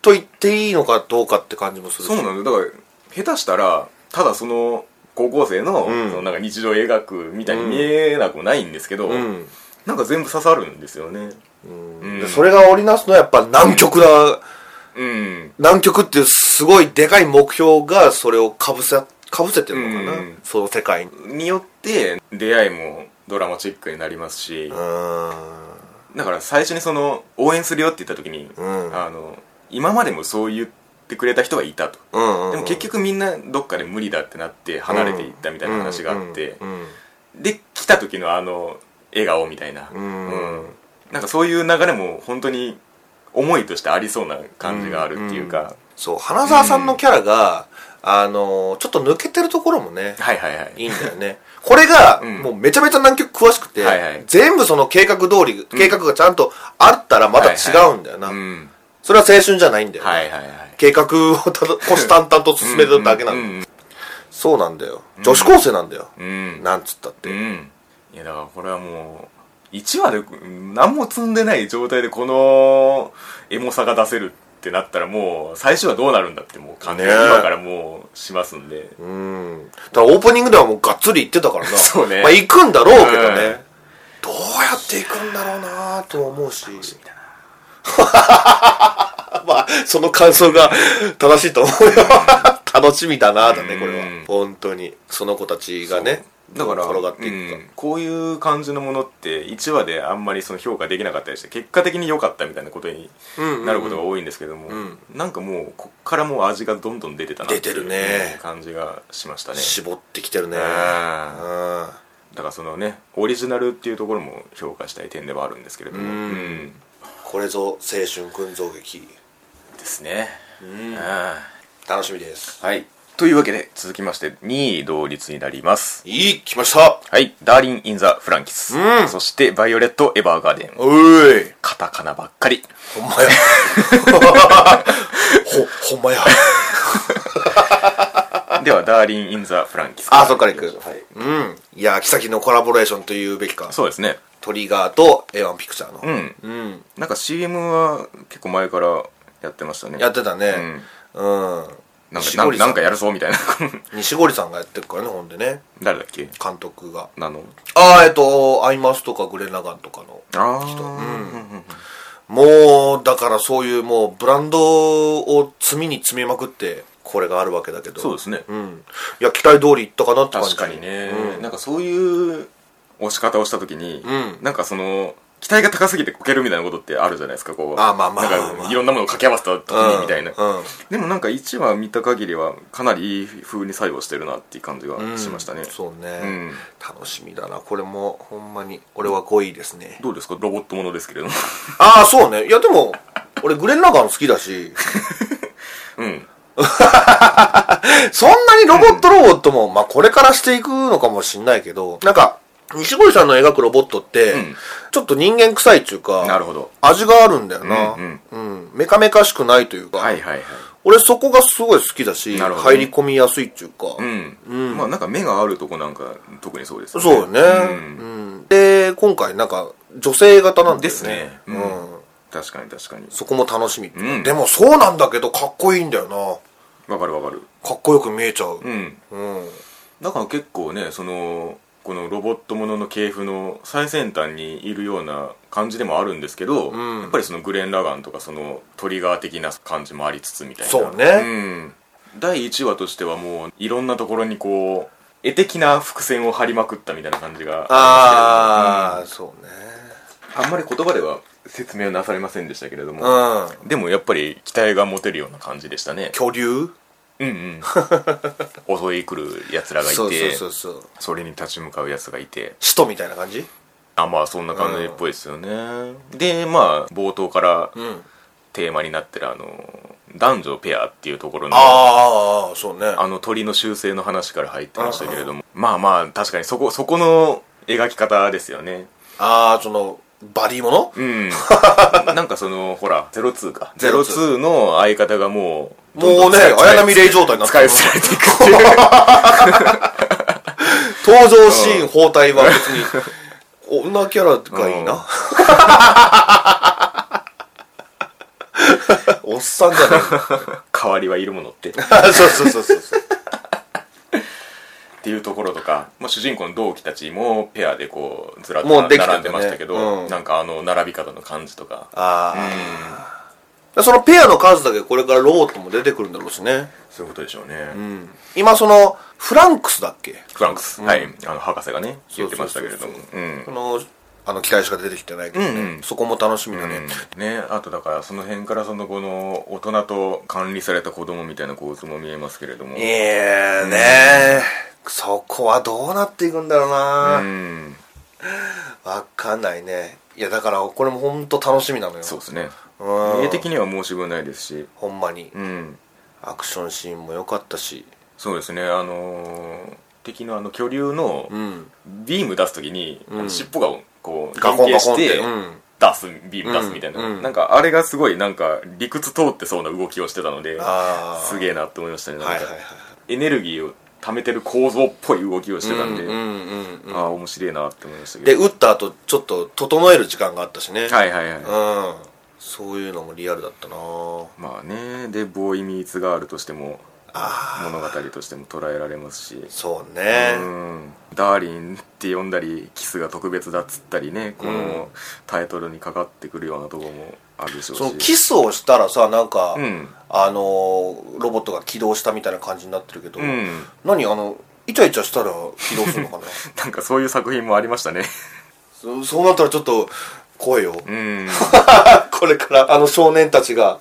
と言っていいのかどうかって感じもするしそうなんですよだから下手したらただその高校生の,、うんそのなんか日常を描くみたいに見えなくもないんですけど、うん。なんか全部刺さるんですよねうんうんでそれが織りなすのはやっぱ南極だ。うん南極っていうすごいでかい目標がそれをかぶせかぶせてるのかな、うんその世界にうによって出会いもドラマチックになりますし、ーんだから最初にその応援するよって言った時に、んあの今までもそう言ってくれた人がいたと、うんうんでも結局みんなどっかで無理だってなって離れていったみたいな話があって、うんうんで来た時のあの笑顔みたいな、うんうんなんかそういう流れも本当に思いとしてありそうな感じがあるっていうか、そう花澤さんのキャラが、あのーちょっと抜けてるところもね、はいはいはいいいんだよ [laughs] ね。これが、んもうめちゃめちゃ南極詳しくて、はいはい全部その計画通り、計画がちゃんとあったらまた違うんだよな。うんそれは青春じゃないんだよね、はいはいはい計画をただ虎視眈々と進めてるだけなんだよ、うんそうなんだよ。女子高生なんだよ。うんなんつったって。うんいやだからこれはもう1話でうん何も積んでない状態でこのエモさが出せるってなったらもう最終はどうなるんだってもう完全にねえ今からもうしますんで、うん。ただオープニングではもうがっつり言ってたからな。そうねまあ行くんだろうけどね。うんどうやって行くんだろうなとは思うし。 [laughs] まあ、その感想が正しいと思うよ。 [laughs] 楽しみだなだね、これうはん。本当に。その子たちがね、だから転がっていくうかん。こういう感じのものって1話であんまりその評価できなかったりして結果的に良かったみたいなことになることが多いんですけども、んなんかもうこっからもう味がどんどん出てたなって出ているうね感じがしましたね絞ってきてるね。うんうんだからそのねオリジナルっていうところも評価したい点ではあるんですけれども、んうんこれぞ青春群像劇。ですねうん楽しみです。はいというわけで続きまして2位同率になりますいい、来ましたはい「ダーリン・イン・ザ・フランキス」うんそして「バイオレット・エヴァーガーデン」おーいカタカナばっかりほんま [laughs] や。ほ、ほんまや。では「ダーリン・イン・ザ・フランキス」あ、そっから行く。はいうん。いや、キサキのコラボレーションというべきか。そうですねトリガーと A1 ピクチャーうの。んうん。なんか CM は結構前からやってましたねやってたね。うん。なんか西な堀んなさんんかやるぞみたいな [laughs] 西堀さんがやってるからね、ほんでね。誰だっけ監督が。あのああ、えっと、アイマスとかグレナガンとかの。ああもう、だからそういうもう、ブランドを積みに積みまくって、これがあるわけだけど。そうですねうん。いや、期待通りいったかなって感じ。確かにね、なんかそういう押し方をした時に、んなんかその期待が高すぎてこけるみたいなことってあるじゃないですかこうあまあまあまあまあなんかいろんなものを掛け合わせた時にみたいな、うんうんでもなんか1話見た限りはかなりいい風に作用してるなっていう感じがしましたね、そうね、うん楽しみだなこれもほんまに俺は5位ですねどうですかロボットものですけれども [laughs] ああそうねいやでも俺グレン・ラガン好きだしうん [laughs] そんなにロボットロボットも、まあこれからしていくのかもしんないけどなんか西堀さんの描くロボットって、んちょっと人間臭いっていうかなるほど味があるんだよなうんうんメカメカしくないというか、はいはいはい俺そこがすごい好きだし、なるほどね入り込みやすいっていうか、うん、まあなんか目があるとこなんか特にそうですよそうよね、うんうんで今回なんか女性型なんだよねですねううんん、確かに確かにそこも楽しみ、うんでもそうなんだけどかっこいいんだよなわかるわかるかっこよく見えちゃうう、んうんだから結構ねそのこのロボットものの系譜の最先端にいるような感じでもあるんですけど、んやっぱりそのグレン・ラガンとかそのトリガー的な感じもありつつみたいなそうねうん第1話としてはもういろんなところにこう絵的な伏線を張りまくったみたいな感じがああ、あそうねりますけれどもうんあんまり言葉では説明はなされませんでしたけれども、うんでもやっぱり期待が持てるような感じでしたね恐竜うんうん [laughs] 襲い来るやつらがいてそうそうそうそうそれに立ち向かうやつがいて使徒みたいな感じあまあそんな感じっぽいですよね、でまあ冒頭からうんテーマになってるあの男女ペアっていうところのあああそうねの鳥の習性の話から入ってましたけれどもまあまあ確かにそこそこの描き方ですよねああそのバディものうん [laughs] なんかそのほら02か02 02の相方がもうどんどもんうね使い綾波レイ状態になって使いる捨てられていくっていう [laughs] 登場シーン包帯は別 [laughs] に女キャラがいいな [laughs] おっさんじゃない代わりはいるものってっ [laughs] そうそうそうそうそうていうところとか、まあ、主人公の同期たちもペアでこうずらっもうとできたん並だんよねでましたけど、うんなんかあの並び方の感じとかああ、そのペアの数だけこれからロボットも出てくるんだろうしねそういうことでしょうね、今そのフランクスだっけフランクス、はいあの博士がねそ言うってましたそうそうそうけれどもうんそのあの機械しか出てきてないけどね、うんうんそこも楽しみだね、うんね、あとだからその辺からそのこの大人と管理された子供みたいな構図も見えますけれども、いやーねーそこはどうなっていくんだろううな、ん、わかんないねいやだからこれも本当楽しみなのよそうですねうん家的には申し分ないですし、ほんまに、うん、アクションシーンも良かったしそうですねあのー敵のあの巨竜のうんビーム出す時に、あの尻尾がこうガコン連ガ携コンしっててうん出すビーム出すみたいな、うんうんなんかあれがすごいなんか理屈通ってそうな動きをしてたのであーすげえなって思いましたねなんかはいはいはいエネルギーを貯めてる構造っぽい動きをしてたんで、うんうんうんうんああ面白いなって思いましたけでど打った後ちょっと整える時間があったしね、はいはいはい、うんそういうのもリアルだったなまあねでボーイミーツガールとしてもあ物語としても捉えられますしそうね、うんダーリンって呼んだりキスが特別だっつったりねこのタイトルにかかってくるようなとこもあるでしょうしそのキスをしたらさなんか、うんあのーロボットが起動したみたいな感じになってるけど、うん何あのイチャイチャしたら起動するの [laughs] かななんかそういう作品もありましたねそそうなったらちょっと怖いよ、うん [laughs] これからあの少年たちが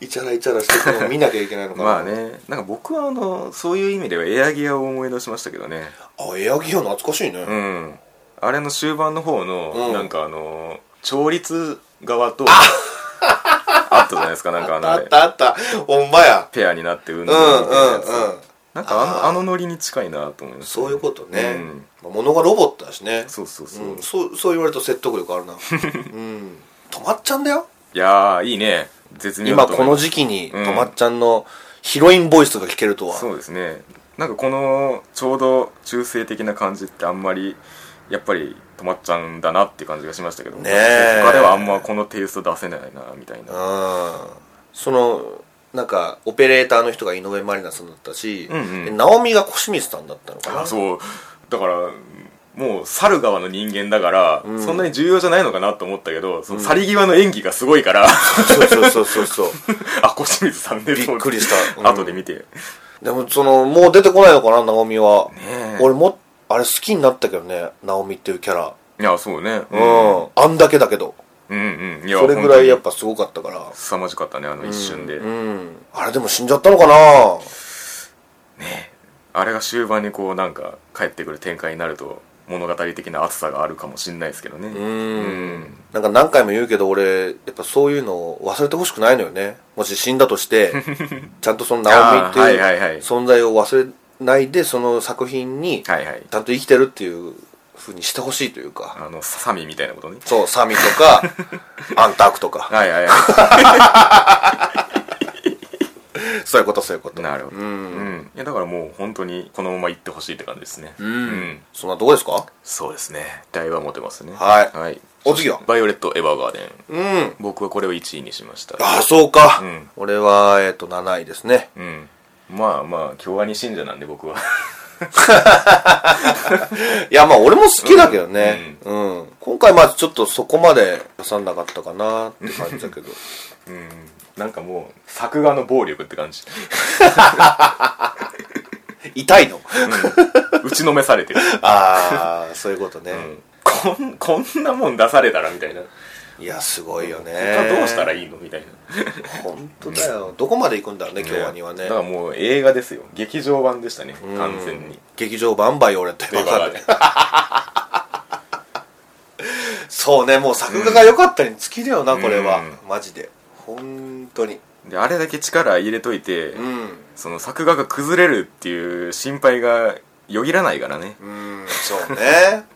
イチャライチャラしてるのを見なきゃいけないのか [laughs] なまあねなんか僕はあのそういう意味ではエアギアを思い出しましたけどねあエアギア懐かしいね、うんあれの終盤の方の、うんなんかあの調律側とあったじゃないですかなんかあのあったあったほんまやペアになって運う動んみたいなやつ、うんうんなんかあのあーあのノリに近いなと思いましたそういうことね、うんまあ物がロボットだしねそうそうそう、うん、いそうそう言われると説得力あ [laughs] るなうん止まっちゃんだよやーいいね絶妙今だとこ思いのます時期にうんとまっちゃんのヒロインボイスが聞けるとは、そうですねなんかこのちょうど中性的な感じってあんまりやっぱり止まっちゃうんだなって感じがしましたけどねえ他ではあんまこのテイスト出せないなみたいなうんそのなんかオペレーターの人が井上まりなさんだったし、うんうんで直美が小清水さんだったのかなあそうだからもう去る側の人間だから、そんなに重要じゃないのかなと思ったけどその去り際の演技がすごいから、 [laughs] そうそうそうそうそうあ小清水さんねびっくりしと思た、って後で見て、 [laughs] でもそのもう出てこないのかな直美は、ねえ俺もあれ好きになったけどね直美っていうキャラいやそうねうん、あんだけだけどうん、うんうんいやそれぐらいやっ本ぱすごかったから当に凄まじかったねあの一瞬で、うんあれでも死んじゃったのかなあれが終盤にこうなんか帰ってくる展開になると物語的な熱さがあるかもしれないですけどねううんなんか何回も言うけど俺やっぱそういうのを忘れてほしくないのよねもし死んだとして [laughs] ちゃんとその直美ってあーはいいうはいはい存在を忘れないでその作品にちゃはいはいんと生きてるっていうふうにしてほしいというかあのサミーみたいなことねそうサミと [laughs] かアンタークとかはいはいはそういうことそういうこといなるほどうん、いやだからもう本当にこのまま行ってほしいって感じですねうん、そんなとこですかそうですね期待は持てますねはいはいお次はバイオレット・エヴァーガーデンうん僕はこれを1位にしましたああそうか、うん俺はえっ、と7位ですねうんまあまあ京アニ信者なんで僕はいやまあ俺も好きだけどねうん、今回まあちょっとそこまで挟んなかったかなって感じ [laughs] だけどうんなんかもう作画の暴力って感じ、痛いのうん、打ちのめされてる [laughs] ああそういうことね、こんこんなもん出されたらみたいな、いやすごいよね他どうしたらいいいいのみたいな本当だよ、どこまで行くんだろうね今日はにはねだからもう映画ですよ劇場版でしたね完全に劇場バンバイ俺ってということでそうねもう作画が良かったに尽きるよな、これはうマジで本当にであれだけ力入れといて、うんその作画が崩れるっていう心配がよぎらないからねうんそう [laughs] ね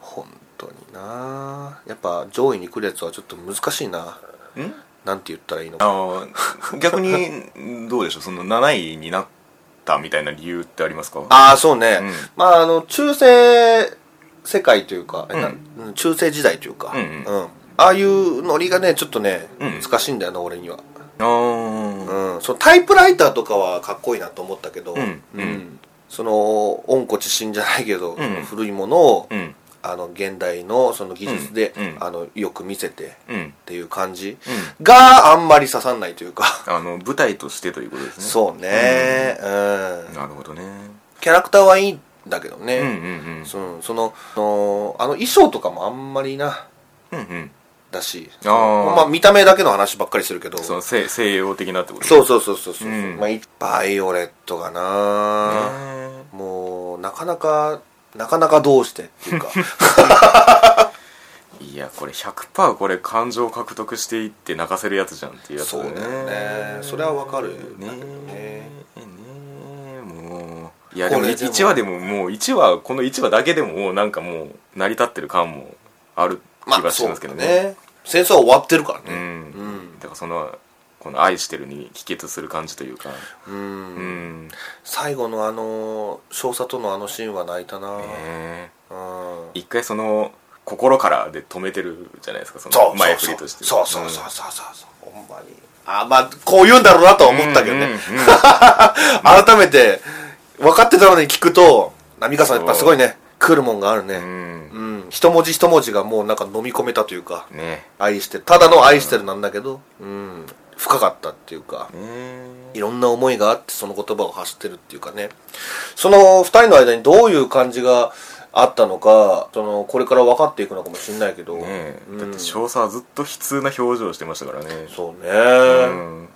本当になやっぱ上位に来るやつはちょっと難しいなうんなんて言ったらいいのかあー逆にどうでしょうその7位になったみたいな理由ってありますかああそうね、うんまああの中世世界というか、んなうん中世時代というか、うんうああいうノリがねちょっとね、うん難しいんだよな俺には、あーうん、そのタイプライターとかはかっこいいなと思ったけど、うんうんその温故知新じゃないけど、んその古いものを、うんあの現代のその技術で、うんうんあのよく見せてっうんていう感じがあんまり刺さんないというか、あの舞台としてということですねそうね、うんなるほどねキャラクターはいいんだけどうんうんね、うんそのそのそのあの衣装とかもあんまりなうんうんだしあーまあ、見た目だけの話ばっかりするけどその西西洋的なってことそうそうそうそうそう、うんまあ、バイオレットがうな、ね [laughs] もうなかなかなかなかどうしてっていうかいやこれ100%これ感情獲得していって泣かせるやつじゃんっていうやつそうだよねそれはわかるんだねけどねえねえもういやでもこれでも1話でももう1話この1話だけでももうなんかもう成り立ってる感もあるま気あがしそうまだすけどね,、ね戦争は終わってるからうねん、だからそのこの「愛してる」に帰結する感じというかうんうん、ね最後のあの少佐とのあのシーンは泣いたな、えうん一回その「心から」で止めてるじゃないですかそそのう前振りとしてそうそうそうそうそうそうほんまにあまあこう言うんだろうなとは思ったけどね、うんうんうん [laughs] 改めて分かってたのに聞くと波川さんやっぱすごいね来るもんがあるうね、んうん一文字一文字がもうなんか飲み込めたというかね愛してただの愛してるなんだけど、うん、深かったっていうかえねいろんな思いがあってその言葉を発してるっていうかねその二人の間にどういう感じがあったのかそのこれから分かっていくのかもしれないけど、えねえうんだって少佐はずっと悲痛な表情をしてましたからねそうねうんうん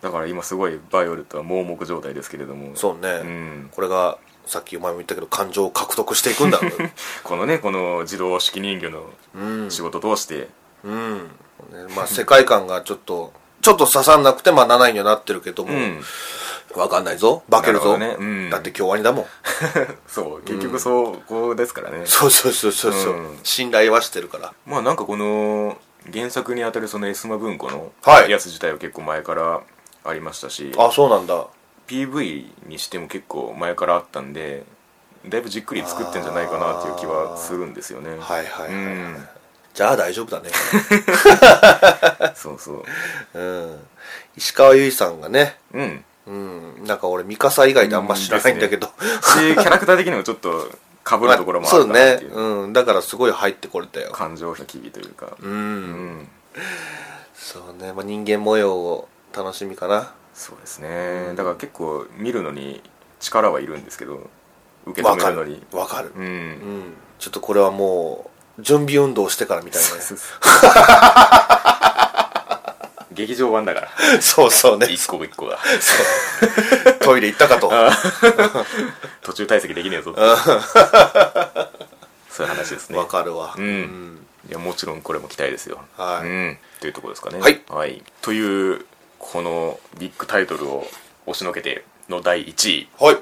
だから今すごいバイオレットは盲目状態ですけれどもそうね、んこれがさっきお前も言ったけど感情を獲得してい [laughs] くんだろこのねこの自動式人魚のううん、仕事を通して、うんねまあ、世界観がちょっとちょっと刺さんなくてまあ7位にはなってるけども、うんわかんないぞ化けるぞなるほどねうんだって今日ワニだもんそう結局そうこうですからね、そうそうそうそうそう、うん信頼はしてるからまあなんかこの原作にあたるそのエスマ文庫のはいやつ自体は結構前からありましたし、あそうなんだ PV にしても結構前からあったんでだいぶじっくり作ってんじゃないかなっていう気はするんですよねはいはいはい、はういんじゃあ大丈夫だね、そうそううん、石川由依さんがねうんうんなんか俺ミカサ以外であんま知らないんだけど、 [laughs] しキャラクター的にもちょっと被るところもあそるうかなねっていううんだからすごい入ってこれたよ感情の機微というかううんんそうね、まあ、人間模様を楽しみかなそうですねだから結構見るのに力はいるんですけど受け止めるのにわかるううんんちょっとこれはもう準備運動してからみたいなね劇場版だから [laughs] そうそうね一個一 [laughs] 個がトイレ行ったかとわ途中退席できねえぞってそういう話ですねかるわうんいやもちろんこれも期待ですよはういん、というところですかねはいというこのビッグタイトルを押しのけての第1位はい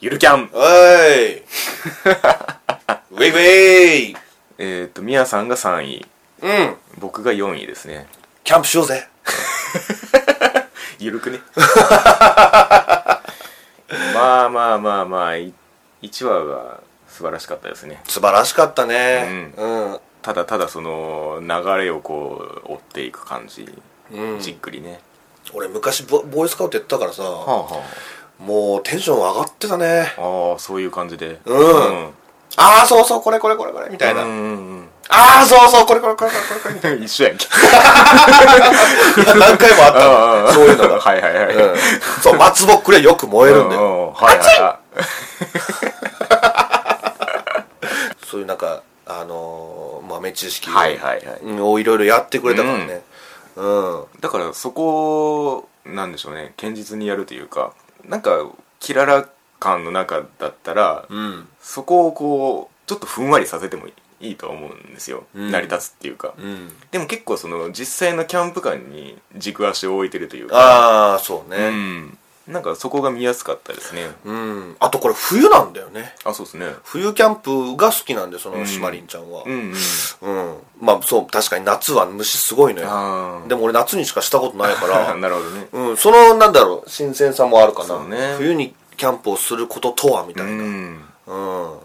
ゆるキャン [laughs] おいウェイウェイえっ、とみやさんが3位うん僕が4位ですねキャンプしようぜゆるくね [laughs] まあまあまあまあ1話が素晴らしかったですね素晴らしかったねうん、ただただその流れをこう追っていく感じ、じっくりね俺昔ボボーイスカウトやってたからさ、はあはもうテンション上がってたねあああそういう感じでうんうんああそうそうこれこれこれこれみたいな、うんうん [laughs] ああそうそうこれこれこれこれこれうん一緒やんけ何回もあったのそういうのが、 [laughs] はいはいはい、うんそう松ぼっくりはよく燃えるんだよ、うんうんはいはいはそういうなんかあのー豆知識いを,、はいはいはいをいろいろやってくれたからねうん、だからそこをなんでしょうね堅実にやるというかなんかキララ感の中だったら、うんそこをこうちょっとふんわりさせてもいいと思うんですよ、うん成り立つっていうか、うん、でも結構その実際のキャンプ感に軸足を置いてるというかああそううねんなんかそこが見やすかったですねうん、あとこれ冬なんだよねあそうですね冬キャンプが好きなんでそのシマリンちゃんはうんうんうん、まあそう確かに夏は虫すごいのよ [laughs] ああでも俺夏にしかしたことないか [laughs] らなるほどねうん、そのなんだろう新鮮さもあるかそな、うね冬にキャンプをすることとはみたういな、んうん、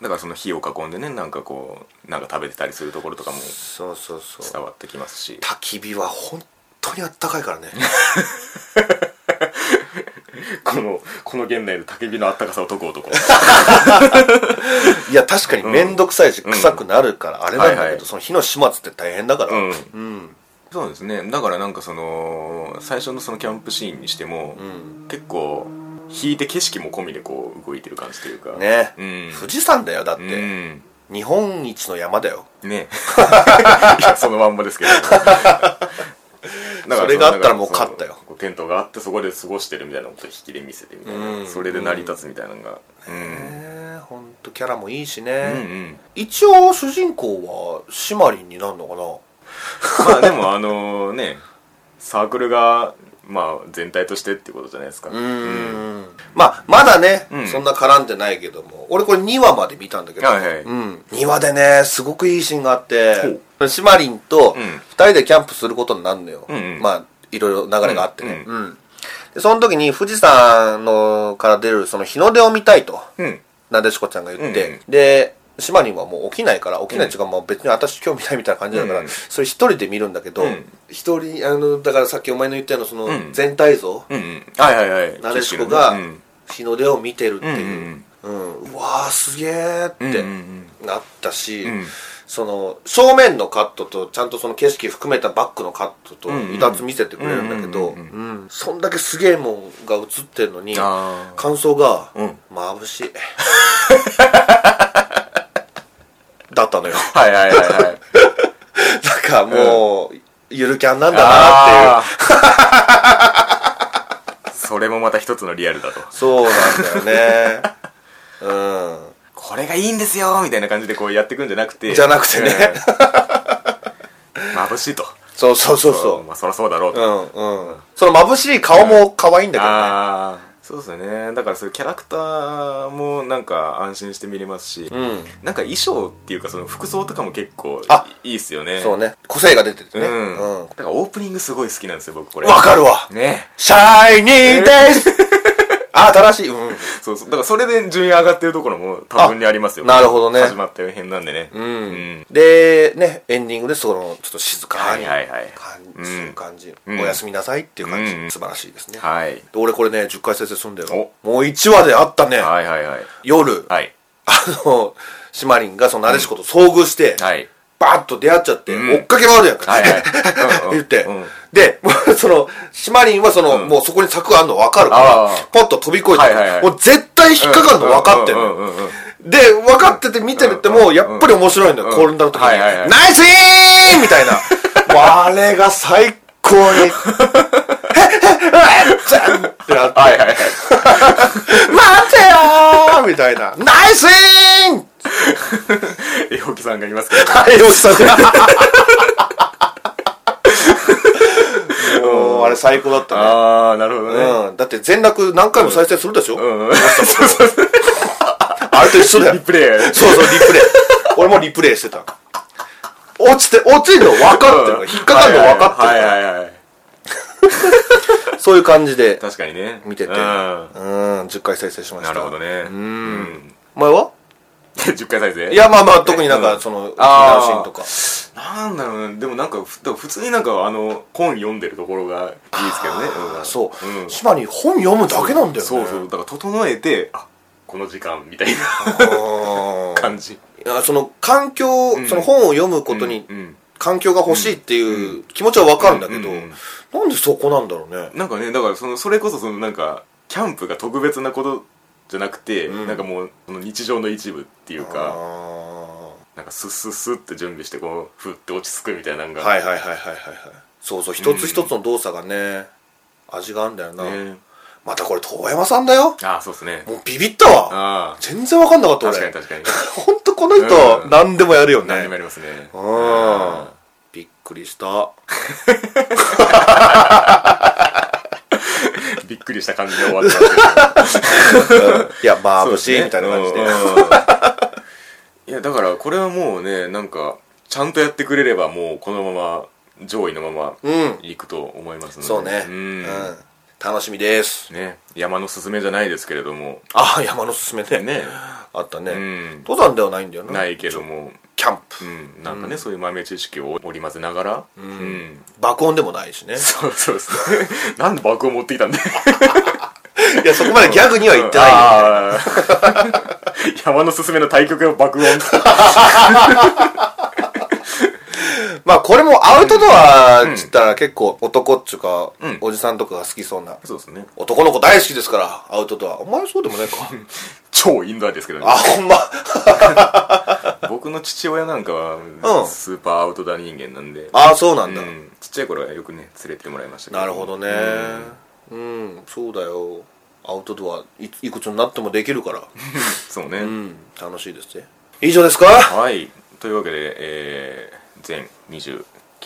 だからその火を囲んでねなんかこうなんか食べてたりするところとかもそうそうそう伝わってきますし焚き火は本当にあったかいからね [laughs] このこの現代で焚き火のあったかさを解く男いや確かに面倒くさいしん臭くなるからあれなんだけど、はいはいその火の始末って大変だからうんうんそうですねだからなんかその最初のそのキャンプシーンにしても、うん結構引いて景色も込みでこう動いてる感じというかね、うん富士山だよだっうて、ん日本一の山だよ [laughs] ねいやそのまんまですけどだからそれがあったらもう勝ったよそのテントがあってそこで過ごしてるみたいなことを引きで見せてみたいな、うんそれで成り立つみたいなのが、うんへえほんとキャラもいいしうんうね、ん一応主人公はシマリンになるのか [laughs] なまあでもあのねサークルがまあ全体としてってことじゃないですかうーんまあまだね、うんそんな絡んでないけども俺これ2話まで見たんだけど、はいはいうん、2話でねすごくいいシーンがあってシマリンとうん2人でキャンプすることになるのよ、うんうんまあいろいろ流れがあってね、ううんでその時に富士山のから出るその日の出を見たいとうんなでしこちゃんが言って、うんでシマリンはもう起きないから起きないっていうか、まあ別に私興味ないみたいな感じだから、うんそれ一人で見るんだけどうん一、人あのだからさっきお前の言ったようなそのうん全体像、うんうんはいはいはいなでしこがうん日の出を見てるっていう、うんうんうわーすげーっうんうんてなったし、うんその正面のカットとちゃんとその景色含めたバックのカットとうんうん2つ見せてくれるんだけど、ううんんそんだけすげえもんが映ってるのにあー感想がうん「眩しい」だっ [laughs] たのよはいはいはいはいなんかもう、ゆるキャン [laughs] なんだなーっていうああ [laughs] それもまた一つのリアルだとそうなんだよねうんこれがいいんですよみたいな感じでこうやっていくんじゃなくてじゃなくてねうん眩しいとそうそうそうそうまあそりゃそうだろうと、うんうんその眩しい顔も可愛いんだけどね、ああそうですよねだからそういうキャラクターもなんか安心して見れますし、うんなんか衣装っていうかその服装とかも結構あいいっすよねそうね個性が出ててうねん、うんだからオープニングすごい好きなんですよ僕これわかるわねシャイニーです [laughs] あ新しいうんそうそうだからそれで順位上がってるところも多分にありますよあなるほどね始まったよ変なんでねうんでねエンディングでそのちょっと静かにはいはいはい感うんじする感じおうんやすみなさいっていう感じうん素晴らしいですねはいで俺これね10回再生するんだよもう1話であったねはいはいはい夜はいあのシマリンがそのなでしこと遭遇してはいバーッと出会っちゃってうん追っかけ回るやんかはいはいうんうん [laughs] 言って、うんで、 [laughs] もうその、シマリンはその、うんもうそこに柵があるの分かるかああら、ポッと飛び越えて、はいはいはいもう絶対引っかかるの分かってんの、うんうんうんうんうんで、分かってて見てるってもう、やっぱり面白いんだうよ、ん転んだ時に、はいはいはいナイスイーンみたいな。もうあれが最高に。 [laughs] えっ、えっ、えっ、ちゃんってなって、はい [laughs] はいはい待てよーみたいな。ナイスイーンえほきさんがいますけどはい、おじさん。もう、あれ最高だったね。ああなるほどね、うん、だって全楽何回も再生するでしょ、うん、そうそうそう。あれと一緒だよリ。プレイ。そうそう、リプレイ。俺もリプレイしてた。落ちて、落ちるの分かってるから引っかかるの分かってるかはいらはいはいはい。そういう感じで、確かにね。見てて。ううんん、10回再生しました。なるほど。ね。うん。お前は10回再生い、や、まあまあ、特になんうんか、その、沖あー縄シーンとか。なんだろうね。でもなんか、ふだから普通になんか、あの、本読んでるところがいいですけどね。うんそうんう。島に本読むだけなんだよね。そうそう。だから、整えて、あ、この時間、みたいなうん。感じ。いやその環境、んその本を読むことにうん環境が欲しいっていう気持ちはわかるんだけど、うんうんなんでそこなんだろうねなんかね、だから、その、それこそ、その、なんか、キャンプが特別なことじゃなくて、んなんかもう、その日常の一部っていうあか、なんか、スッスッスッって準備して、こう、ふって落ち着くみたいなのーが。はいはいはいはいはいはいそうそう一つ一つの動作がね、味があるんだよな、ねまたこれ遠山さんだよああ、そうですね。もうビビったわああ。全然わかんなかった確かに俺確か [laughs] に。ほんとこの人、うん何でもやるよ何でねもやりますね。うんあびっくりしたーびっくりした感じで終わっちゃ [laughs] った。いやまそうぶでしすねいみたいな感じで、うんいやだからこれはもうねなんかちゃんとやってくれればもうこのまま上位のままうんいくと思いますのでそうね、ううんん、楽しみですね山のすすめじゃないですけれどもああ山のすすめねねあったね、うん登山ではないんだよなないけどもキャンうプんなんかね、そういう豆知識を織り交ぜながらうん、爆音でもないしねそうそうですね [laughs] なんで爆を持ってきたんだよ [laughs] いやそこまでギャグには言ってないよあー [laughs] 山のすすめの対局の [laughs] 爆音まあこれもアウトドアっつったら結構男っちゅうか、んおじさんとかが好きそうなそうですね男の子大好きですからアウトドアお前そうでもないか超インドアですけどねあほんま僕の父親なんかうはんスーパーアウトドア人間なんで、ああそうなんだ、うんちっちゃい頃はよくね連れてってもらいましたけなるほどねうん、そうだよアウトドアいいくつになってもできるから、そうね、うん、楽しいですね以上ですかはいというわけで、えー全29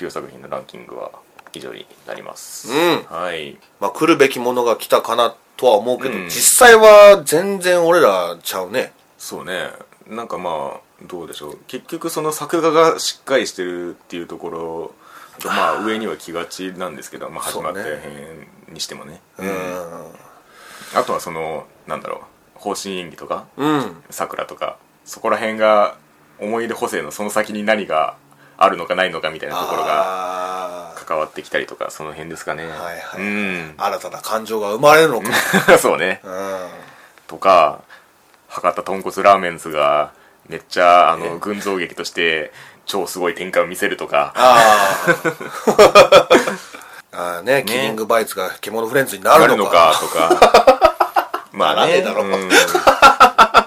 作品のランキングは以上になります、うんはいまあ来るべきものが来たかなとは思うけど、うん実際は全然俺らちゃうねそうねなんかまあどうでしょう結局その作画がしっかりしてるっていうところがまあ上には来がちなんですけど、まあ、始そうまねった辺にしてもねうんあとはそのなんだろう方針演技とかうんさくらとかそこら辺が思い入れ補正のその先に何があるのかないのかみたいなところがあー関わってきたりとかその辺ですかねはいはういん [laughs] 新たな感情が生まれるのかそうねうとか博多豚骨ラーメンズがめっちゃあの群像劇として超すごい展開を見せるとかあ [laughs] ーあーねキリングバイツが獣フレンズになあるるののかかとか [laughs] まあならねねえだろうんい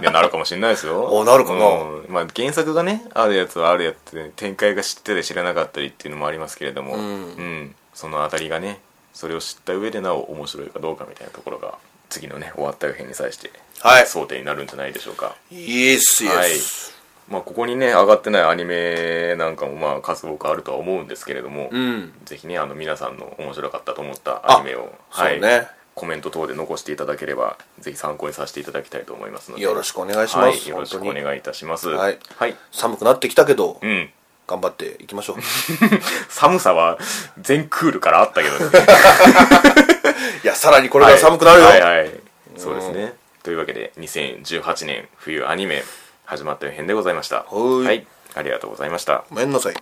やなるかもしれないですよおなるかなうんまあ、原作がねあるやつはあるやつで展開が知ってて知らなかったりっていうのもありますけれども、んうんそのあたりがねそれを知った上でなお面白いかどうかみたいなところが次のね終わった編に際してはい争点になるんじゃないでしょうかイエスイはエいス、まあ、ここにね上がってないアニメなんかもまあ数多くあるとは思うんですけれども、うんぜひねあの皆さんの面白かったと思ったアニメを、そうはいねコメント等で残していただければぜひ参考にさせていただきたいと思いますのでよろしくお願いします、はい、よろしくお本当に願いいたしますはいはい、寒くなってきたけど、うん頑張っていきましょう寒さは全クールからあったけ [laughs] どねいやさらにこれから寒くなるよ、はいはいはいそうですねというわけで2018年冬アニメ始まった編でございましたはいはいありがとうございましたごめんなさい